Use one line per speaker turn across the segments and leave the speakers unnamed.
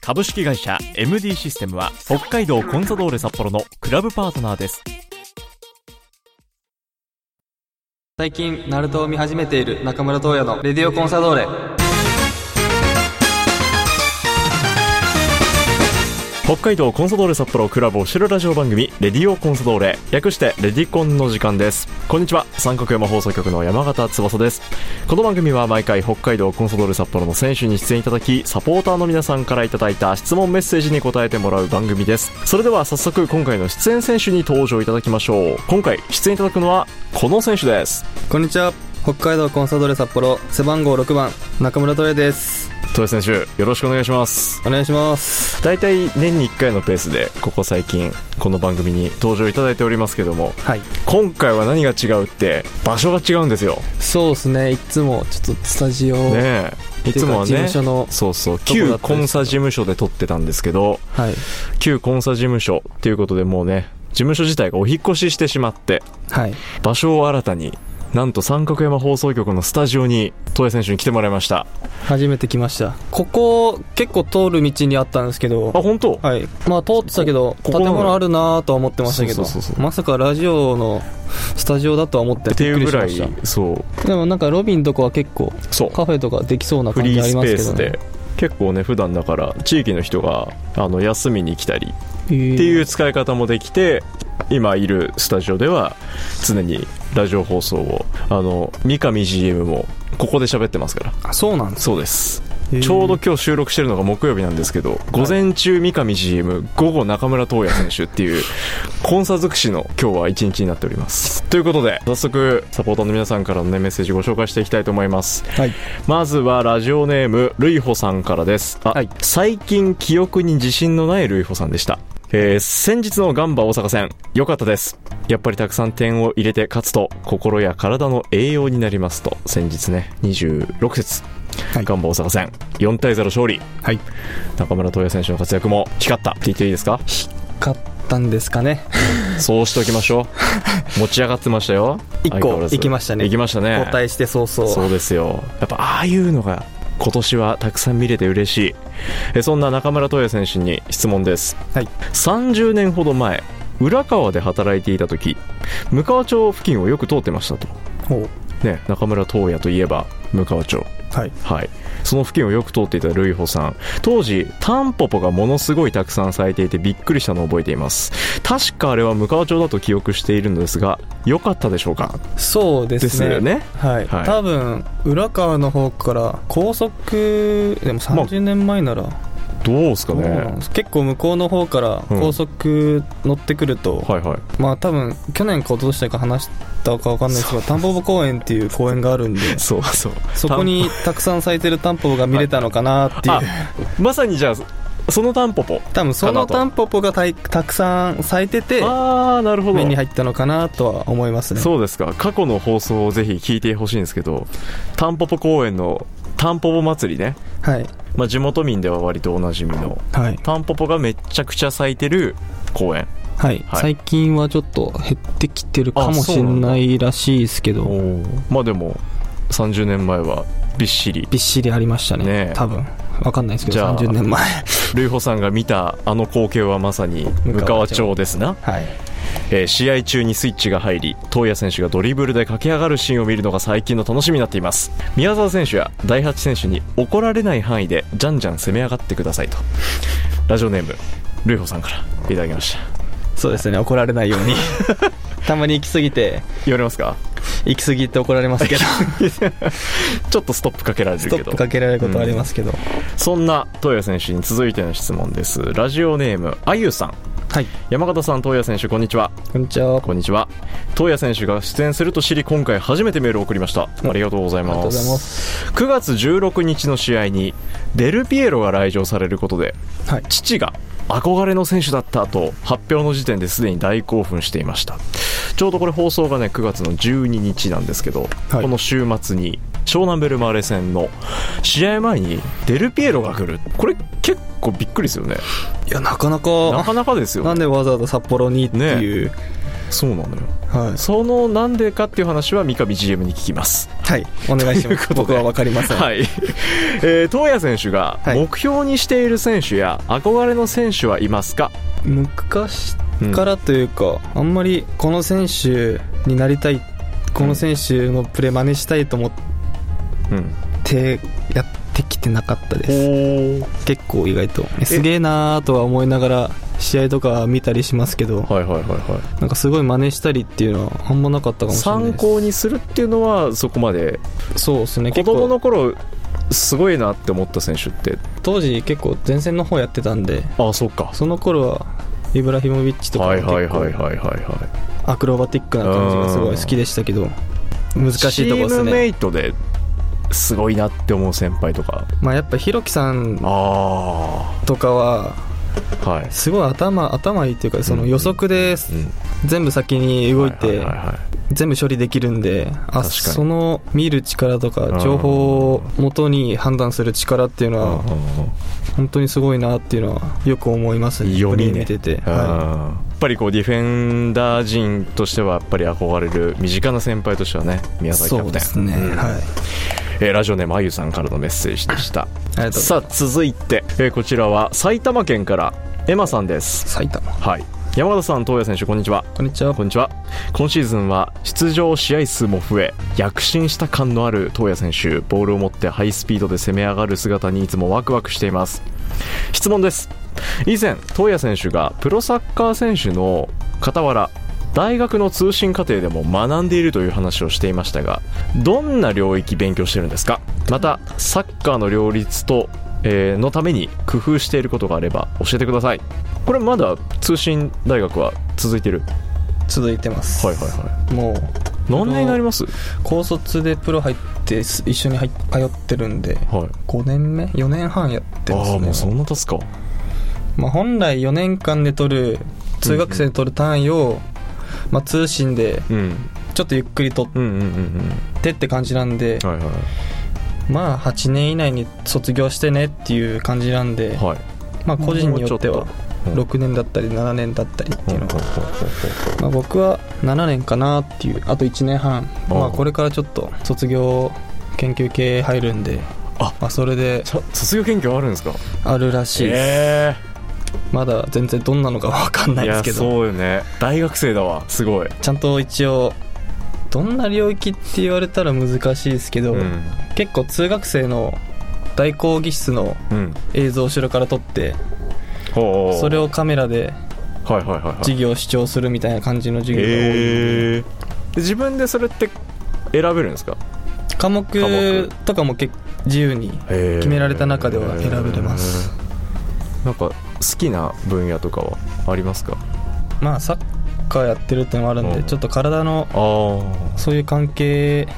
株式会社 MD システムは北海道コンサドーレ札幌のクラブパートナーです
最近ナルトを見始めている中村東也のレディオコンサドーレ
北海道コンサドーレ札幌クラブを知るラジオ番組レディオコンサドーレ略してレディコンの時間ですこんにちは三角山放送局の山形翼ですこの番組は毎回北海道コンサドーレ札幌の選手に出演いただきサポーターの皆さんからいただいた質問メッセージに答えてもらう番組ですそれでは早速今回の出演選手に登場いただきましょう今回出演いただくのはこの選手です
こんにちは北海道コンサドーレ札幌背番号6番中村東也です
豊選手よろしくお願いします
お願いします
大体年に1回のペースでここ最近この番組に登場いただいておりますけども
はい
今回は何が違うって場所が違うんですよ
そうですねいつもちょっとスタジオ、
ねえい
ってい
つ
うか
もは
事
ね
務所の
そうそう
どこだったんです
旧
か
コンサ事務所で撮ってたんですけど
はい
旧コンサ事務所っていうことでもうね事務所自体がお引っ越ししてしまって
はい
場所を新たになんと三角山放送局のスタジオに戸谷選手に来てもらいました
初めて来ましたここ結構通る道にあったんですけど
あ本当
はいまあ通ってたけど
ここ
建物あるなとは思ってましたけ
そ
ど
うそうそうそう
まさかラジオのスタジオだとは思って
っていうぐら
びっくり
い
しまし
そう
たでもなんかロビンとかは結構
そう
カフェとかできそうな
フ
感
リ
じ
ー
あ
ス
ります
ペー
けど、
ス
ね、
で結構ね普段だから地域の人があの休みに来たりっ
って
て
いう
いう使い方もできて今いるスタジオでは常にラジオ放送をあの三上 GM もここで喋ってますから
そうなんで
そうです
す
ちょうど今日収録してるのが木曜日なんですけど午前中三上 GM 午後中村東也選手っていうコンサ尽くしの今日は一日になっておりますということで早速サポーターの皆さんからの、ね、メッセージご紹介していきたいと思います
はい
まずはラジオネームルイホさんからですあ、
はい
最近記憶に自信のないルイホさんでしたえー先日のガンバ大阪戦良かったですやっぱりたくさん点を入れて勝つと心や体の栄養になりますと先日ね26節、
はい
ガンバ大阪戦4対0勝利、
はい
中村斗也選手の活躍も光ったって言っていいです か
勝ったんですかね
そうしておきましょう持ち上がってましたよ
一個
相変わらず
行きましたね
行きましたね
交代して早々
そうですよやっぱああいうのが今年はたくさん見れて嬉しいえそんな中村斗也選手に質問です、
はい
30年ほど前浦川で働いていた時向川町付近をよく通ってましたと、
ほう
ね、中村斗也といえば向川町
はい
はいその付近をよく通っていたルイホさん当時タンポポがものすごいたくさん咲いていてびっくりしたのを覚えています確かあれは向川町だと記憶しているのですが良かったでしょうか
そうです
で
ね
すよね
はい、
はい
多分浦川の方から高速でも
まあ
30年前なら、
どうですか
どう
ね
なんです結構向こうの方から
うん
高速乗ってくると、
はいはい
まあ多分去年か一昨年か話したか分かんないですけどタンポポ公園っていう公園が あるんで
そうそう
そこにたくさん咲いてるタンポポが見れたのかなっていう
あまさにじゃあそのタンポポ
多分そ
かな
の
と
タンポポがたいたくさん咲いてて
ああなるほ
目に入ったのかなとは思いますね
そうですか過去の放送をぜひ聞いてほしいんですけどタンポポ公園のタンポポ祭りね、
はい
まあ、地元民では割とおなじみの
はい、
タンポポがめっちゃくちゃ咲いてる公園
はい
はい
最近はちょっと減ってきてるかもしれないらしいですけど
おまあでも30年前はびっしり
びっしりありましたね
ねえ
多分わかんないですけ
じ
ど
ゃあ
30年前
ルイホさんが見たあの光景はまさに向
向
川
川町
町ですな
はい
えー試合中にスイッチが入り東谷選手がドリブルで駆け上がるシーンを見るのが最近の楽しみになっています宮澤選手や第八選手に怒られない範囲でじゃんじゃん攻め上がってくださいとラジオネームルイホさんからいただきました
そうですね怒られないように たまに行き過ぎて
言われますか
行き過ぎて怒ら れますけど
ちょっとストップかけられる
スト
け
ッ
ど
プかけられることはありますけど、
そんな東谷選手に続いての質問ですラジオネームあゆさん
はい
山形さん東谷選手こんにちは
こんにちはあ
こんにちは東谷選手が出演すると知り今回初めてメールを送りましたありがとうござい
りがと
ま
うございますす
9月16日の試合にデルピエロが来場されることで
はい
父が憧れの選手だったと発表の時点ですでに大興奮していましたちょうどこれ放送がね9月の12日なんですけど、
はい
この週末に湘南ベルマーレ戦の試合前にデルピエロが来るこれ結構びっくりですよね
いや、なかなか、
なかなかです
な
よ
ん
ね
でわざわざ札幌にっていう。
そうなのよ
はい。
そのなんでかっていう話は三上 GM に聞きます
はい。お願いします。
ということで
僕はわかりません。
はい、えー、東谷選手が
はい
目標にしている選手や憧れの選手はいますか、
昔
うん
からというか、あんまりこの選手になりたい、この選手のプレー真似したいと思っ
うん、
てやってきてなかったです。結構意外と。すげえなーとは思いながら、試合とか見たりしますけど、
はいはいはいはい
なんかすごい真似したりっていうのはあんまなかったかもしれないで
参
す。
考にするっていうのはそこまで
そうですね。
子
結構
供の頃すごいなって思った選手って
当時結構前線の方やってたんで、
ああそうか
その頃は、イブラヒモビッチとか
はい
結構
はいはいはいはいはい
アクロバティックな感じがすごい好きでしたけど難しいとこで
チー
す
ムメ
ね、
イトですごいなって思う先輩とか
まあ、やっぱひろきさん
あ
とかは
あはい、
すごい頭頭いいっていうかその予測
う
で
ん、
全部先に動い
はい
て
はいはいはい
全部処理できるんであ
確かに
その見る力とか情報を元に判断する力っていうのは
うんうん
本当にすごいなっていうのはよく思いますね
読みね
プレー見てて、
うん
は
やっぱりこうディフェンダー陣としてはやっぱり憧れる身近な先輩としてはね宮
い、
崎キャ
そ
プ
う
テ
で
ン
すね、
うん
はい
えーラジオネームあゆさんからのメッセージでした
ありがとうございます
さあ続いて、えーこちらは埼玉県からエマさんです
埼玉
はい山形さん東谷選手こんにちは
こんにちは
こんにちは今シーズンは出場試合数も増え躍進した感のある東谷選手ボールを持ってハイスピードで攻め上がる姿にいつもワクワクしています質問です以前東谷選手がプロサッカー選手の傍ら大学の通信課程でも学んでいるという話をしていましたがどんな領域勉強してるんですかまたサッカーの両立と、えーのために工夫していることがあれば教えてくださいこれまだ通信大学は続いてる
続いてます、
はいはいは
も
い
う
何年になります
高卒でプロ入ってす一緒に入っ通ってるんで
はい
5年目4年半やってます、
ああ
ね、
もうそんな経つか
まあ、本来4年間で取る通学生で取る単位を、まあ、通信で
うん
ちょっとゆっくり取
うんうんうん
ってって感じなんで、
うんはいはい
まあ8年以内に卒業してねっていう感じなんで、
はい
まあ、個人によって
もう
は
ちょっとうん
6年だったり7年だったりっていうのが、
は
まあ、僕は7年かなっていうあと1年半、
おう
まあ、これからちょっと卒業研究系入るんで
あ
まあ、それで
卒業研究あるんですか
あるらしいです、
え
まだ全然どんなのかわかん
え
ないいです
や
けど
そうよね大学生だわすごい
ちゃんと一応どんな領域って言われたら難しいですけど、
うん
結構通学生の大講義室の
うん
映像を後ろから撮って
ほう
それをカメラで
はいはいはいはい
授業を主張するみたいな感じの授業が多いんで、
ええ自分でそれって選べるんですか
科目とかも結構自由に
決
決められた中では選べれます、
なんか好きな分野とかはありますか
まあサッカーやってるってのもあるんで、
うん
ちょっと体の
ああは
そういう関係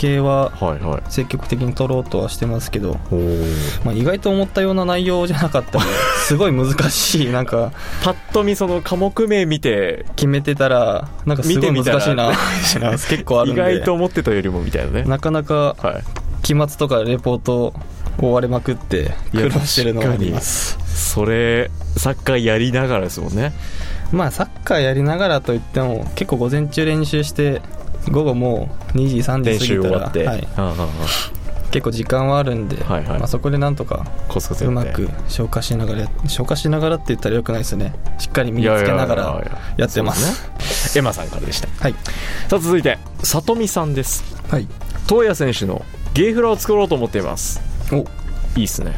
系はい
はい
積極的に取ろうとはしてますけど、
おお
まあ、意外と思ったような内容じゃなかったんですごい難しいなんか
パッと見その科目名見て
決めてたらなんかすごい
見てみたら
難しいな結構ある
意
んで
外と思ってたよりもみたいなね
なかなか
はい
期末とかレポート追われまくって
いや
苦労してるのがあります
それサッカーやりながらですもんね
まあサッカーやりながらといっても結構午前中練習して午後もう2時3
練
時
習
過ぎ
終
た
わ
ら
って、
は
うん
い、
うんうん
結構時間はあるんで、
はいはい
まあ、そこでなんとか
コツコツ
う
やっ
ま
て
く消化しながらや消化しながらって言ったらよくないですねしっかり身につけなが
いやいやい
ら
やい
やってます
そうですねエマさんからでした
はい
さあ続いて里見さんです
はい
東谷選手のゲーフラを作ろうと思っています
お
いいっすね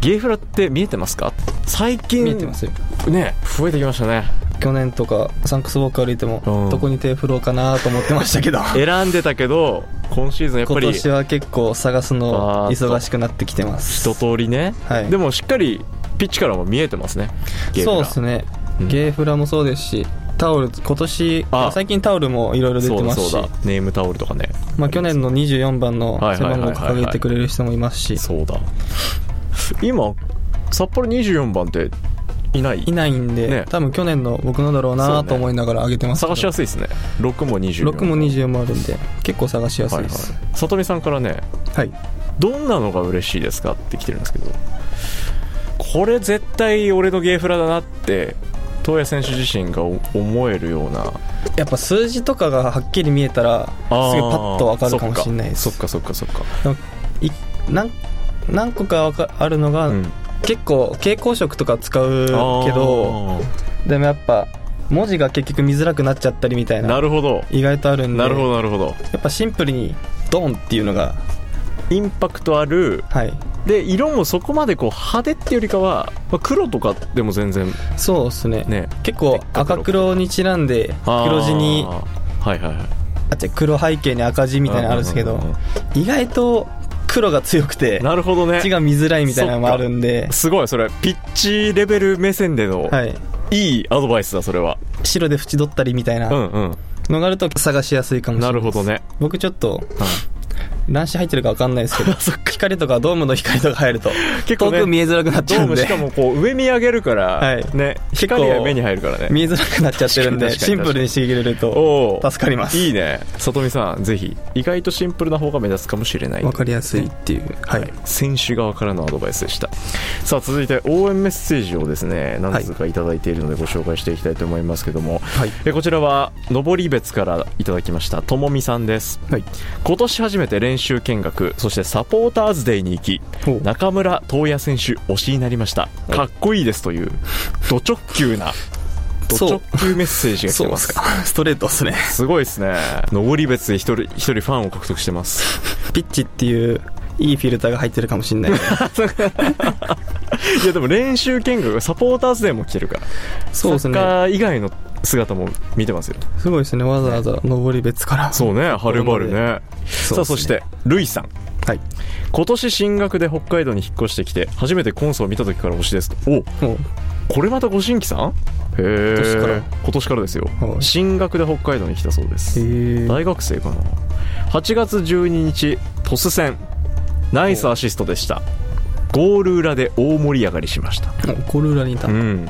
ゲーフラって見えてますか最近
見えてますよ
ね増えてきましたね
去年とかサンクスウォーク歩いても、
うん
どこに手振ろうかなと思ってまし たけど
選んでたけど今シーズンやっぱ
今
り
年は結構探すの忙しくなってきてます
一通りね、
はい
でもしっかりピッチからも見えてますねゲーム
そう
が
ですね、
うん
ゲーフラもそうですしタオル今年
あ
最近タオルもいろいろ出てますし
そうだそうだネームタオルとかね
まあ、去年の24番の
はい
背
はいはい
番
はい
号を掲げてくれる人もいますし
そうだ今札幌24番っていない
いないんで、
ね
多分去年の僕のだろう
そう
な
ね
と思いながら上げてますけど
探しやすいですね6も24
6も24もあるんで結構探しやすい
はいは
で
い
す
さとみさんからね
はい、
どんなのが嬉しいですかって来てるんですけどこれ絶対俺のゲーフラだなって東野選手自身が思えるような
やっぱ数字とかがはっきり見えたらすご
あー
いパッとわかるかもしれないで
そ
す
っかそっかそっかそっか
いなん何個かわかあるのが、
うん
結構蛍光色とか使うけど
あ
でもやっぱ文字が結局見づらくなっちゃったりみたい
ーな
な
るほど
意外とあるんで
なるほどなるほど
やっぱシンプルにドンっていうのが
インパクトある
はい
で色もそこまでこう派手っていうよりかは、まあ黒とかでも全然
そうですね
ね
結構赤黒にちなんで
あー
黒字に
はいはいはい
あ違う黒背景に赤字みたいなのあるんですけ
う
ど
ううんう
意外と黒が強くて
んなるほどね
字が見づらいみたいなのもあるんです
ごいそれピッチレベル目線での
はい
いいアドバイスだそれは
白で縁取ったりみたいうなん
うん
のがあると探しやすいかもしれ
な
な
る
い
ほどね
僕ちょっと乱視入ってるか分かんな いですけど光とかドームの光とか入ると
結構
遠
ね
く見えづらくなっ
ド
ちゃ
ー
うん
ム
で
しかもこう上見上げるから、
はい
ね光が目に入るからね
見えづらくなっちゃってるん
確か
で
に確か
シ
に
ンプルにしてくれると
おお
助かります
いいね里見さんぜひ意外とシンプルな方が目立つかもしれない
分かりやすいっていうはい
選手側からのアドバイスでしたさあ続いて応援メッセージをですね何通かいただいているのでご紹介していきたいと思いますけども、
はい
えこちらは登別からいただきましたともみさんです
はい
今年初めて練習見学そしてサポーターズデーに行き
ほう
中村東也選手推しになりましたかっこいいですというド直球なド
そう
直球メッセージが来
そ
て
う
ま
ですすか ストレートですね
すごいですね登別で一人一人ファンを獲得して ます
ピッチっていういいフィルターが入ってるかもしれない
いやでも練習見学サポーターズデーも来てるから
そうです
サッ
ね
カー以外の姿も見てますよ
すごいですねわざわざ登別から
そうねはるばるね
そう
さ
で
あ
すね
そしてルイさん
はい
今年進学で北海道に引っ越してきて初めてコンソを見た時から推しですとお
もう
これまたご新規さんへえ
今年から
今年からですよ、
はい
進学で北海道に来たそうです
へ
大学生かな8月12日トス戦ナイスアシストでしたゴール裏で大盛り上がりしました
えコルーラにいた
うん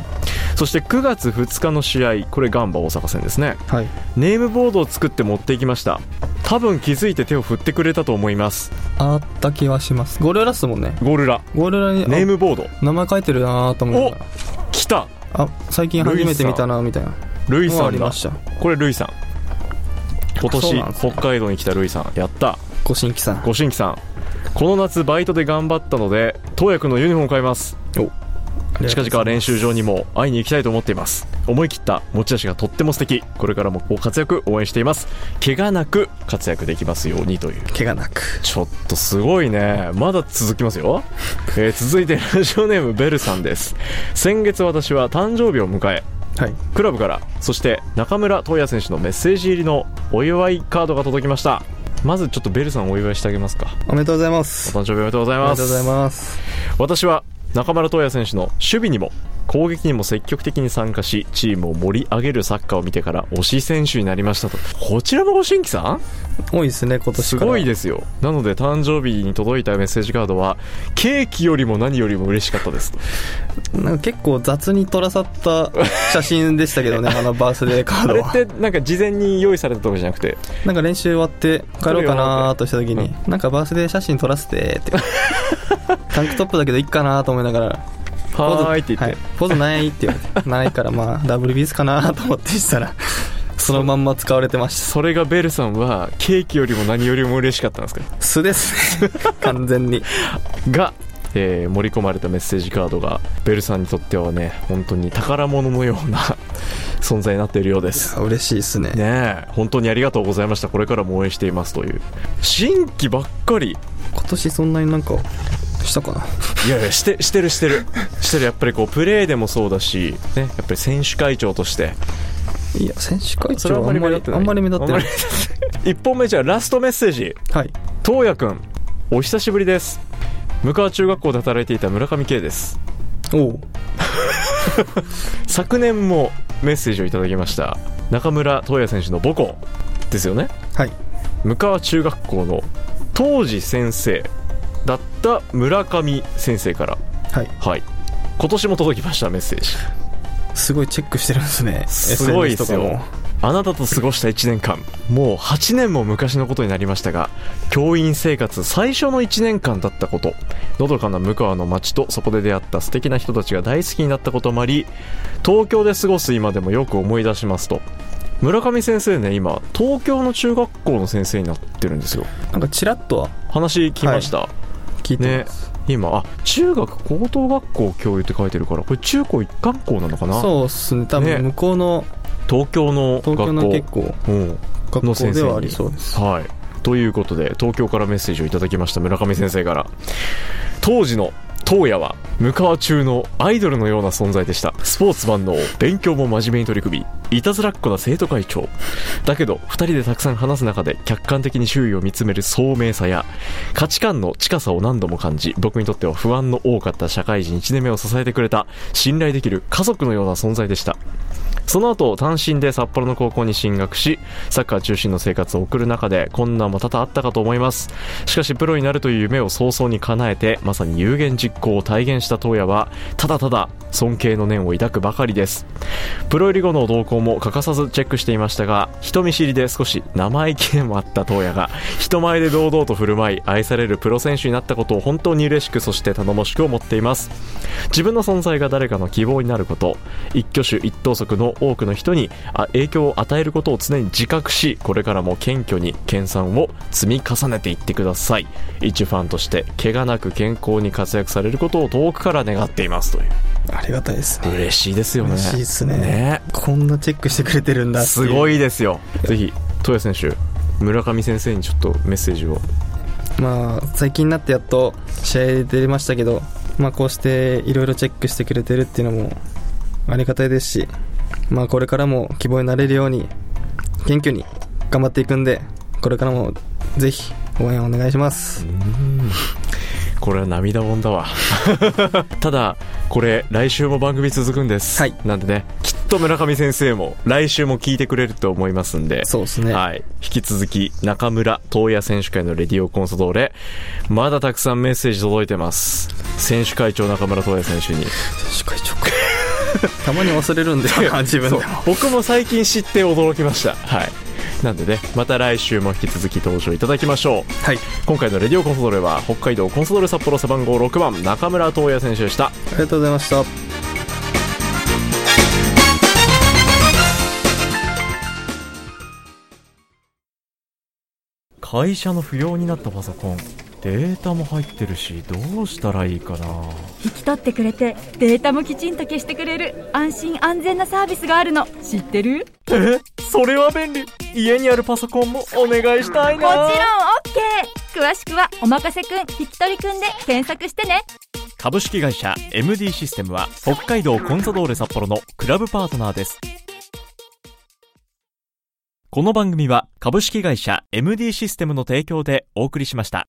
そして9月2日の試合これガンバ大阪戦ですね
はい
ネームボードを作って持っていきました多分気づいて手を振ってくれたと思います
あった気はしますゴールラっすもんね
ゴール裏
ゴールラにあ
ネームボード
名前書いてるなと思っ
お
て
来た
あ最近初めて見たなみたいな
ルイ
もう
さ
あ
ん
り
だ
ました
これルイさん今
そう
年、
なんです
北
ね
海道に来たルイさんやった
ご新規さん
ご新規さんこの夏バイトで頑張ったので東也君のユニフォームを買います近々練習場にも会いに行きたいと思っています思い切った持ち足がとっても素敵これからもご活躍応援しています怪我なく活躍できますようにという
怪我なく
ちょっとすごいね。まだ続きますよ。えー続いてラジオネームベルさんです。先月私は誕生日を迎え、
はい
クラブから、そして中村東也選手のメッセージ入りのお祝いカードが届きました。まずちょっとベルさんお祝いしてあげますか。
おめでとうございます
お誕生日おめでとうござい
おめ
ま。
ですとうございます
私は中村東也選手の守備にも攻撃にも積極的に参加し、チームを盛り上げるサッカーを見てから推し選手になりましたと。こちらもご新規さん
多いですね今年から
すごい
で
ですよなので誕生日に届いたメッセージカードはケーキよりも何よりも嬉しかったですと
なんか結構雑に撮らさった写真でしたけ どねあのバースデーカー
あ
ド
れ
は
ってなんか事前に用意されたとかじゃなくて
なんか練習終わって帰ろうかなーとした時に、なんかバースデー写真撮らせてーって タンクトップだけどいいかなーと思いながら
「はーい」って言って、
ポーズないって言われてないからまあ WBS かなと思ってしたらそのまんま使われてまし
それがベルさんはケーキよりも何よりも嬉しかったんですか
た素ですね完全に
が、えー盛り込まれたメッセージカードがベルさんにとってはね本当に宝物のような存在になっているようです
あ嬉しいですね
ねえ本当にありがとうございましたこれからも応援していますという新規ばっかり
今年そんなになんかしたかない
やいやしてしてるしてるしてるやっぱりこうプレーでもそうだし、ね、やっぱり選手会長として
いや選手会
それ
長
は
は
あ
あ
ん
ん
ま
ま
り
りあんまり目立
あ
って
んま
な
り
い
目1本目じゃあラストメッセージ
はい
東也くんお久しぶりです向川中学校で働いていた村上圭です
おう
昨年もメッセージをいただきました中村東也選手の母校ですよね
はい
向川中学校の当時先生だった村上先生から
はい
はい今年も届きましたメッセージ
すごいチェックしてるんですね
すごいですよ
SNS とかも
あなたと過ごした1年間もう8年も昔のことになりましたが教員生活最初の1年間だったことのどかな向川の町とそこで出会った素敵な人たちが大好きになったこともあり東京で過ごす今でもよく思い出しますと村上先生ね今東京の中学校の先生になってるんですよ
なんかチラッとは
話聞きました、
聞いて
ね
ます、
今あ中学高等学校教諭って書いてるからこれ中高一貫校なのかな
そうっすね多
ね
分向こうの
東京の学校
東京の結構
うん
学
の
校
先生
で
に
はありそうです
はい。ということで、東京からメッセージをいただきました、村上先生から。当時の東野は、向川中のアイドルのような存在でした。スポーツ万能、勉強も真面目に取り組み、いたずらっ子な生徒会長。だけど、二人でたくさん話す中で、客観的に周囲を見つめる聡明さや、価値観の近さを何度も感じ、僕にとっては不安の多かった社会人1年目を支えてくれた、信頼できる家族のような存在でした。その後、単身で札幌の高校に進学し、サッカー中心の生活を送る中で困難も多々あったかと思います。しかし、プロになるという夢を早々に叶えて、まさに有言実行を体現した東野は、ただただ尊敬の念を抱くばかりです。プロ入り後の動向も欠かさずチェックしていましたが、人見知りで少し生意気でもあった東野が、人前で堂々と振る舞い、愛されるプロ選手になったことを本当に嬉しく、そして頼もしく思っています。自分の存在が誰かの希望になること一挙手一投足の多くの人にあ影響を与えることを常に自覚しこれからも謙虚に研鑽を積み重ねていってください一ファンとして怪我なく健康に活躍されることを遠くから願っていますという
ありがたいですね
嬉しいですよね
嬉しいですね
ね
こんなチェックしてくれてるんだって
すご
い
いですよぜひ戸谷選手村上先生にちょっとメッセージを
うまあ最近になってやっと試合で出れましたけどまあこうしていろいろチェックしてくれてるっていうのもありがたいですしまあこれからも希望になれるように謙虚に頑張っていくんでこれからもぜひ応援お願いします
これは涙もんだ わただこれ来週も番組続くんです、
はい
なんでねきっと村上先生も来週も聞いてくれると思いますんで
そうですね
はい、引き続き中村東野選手会のレディオコンソドーレまだたくさんメッセージ届いてます選手会長中村東也選手に
確かにちょっと たまに忘れるんで自分でも
そう僕も最近知って驚きましたはいなんでねまた来週も引き続き登場いただきましょう
はい
今回のレディオコンソドーレは北海道コンソドーレ札幌背番号6番中村東也選手でした
ありがとうございました
会社の不要になったパソコンデータも入ってるしどうしたらいいかな
引き取ってくれてデータもきちんと消してくれる安心安全なサービスがあるの知ってるも
えそれは便利家にあるパソコンもお願いしたい
ちろん OK 詳しくは「おまかせくん引き取りくん」で検索してね
株式会社 MD システムは北海道コンサドーレ札幌のクラブパートナーですこの番組は株式会社 MD システムの提供でお送りしました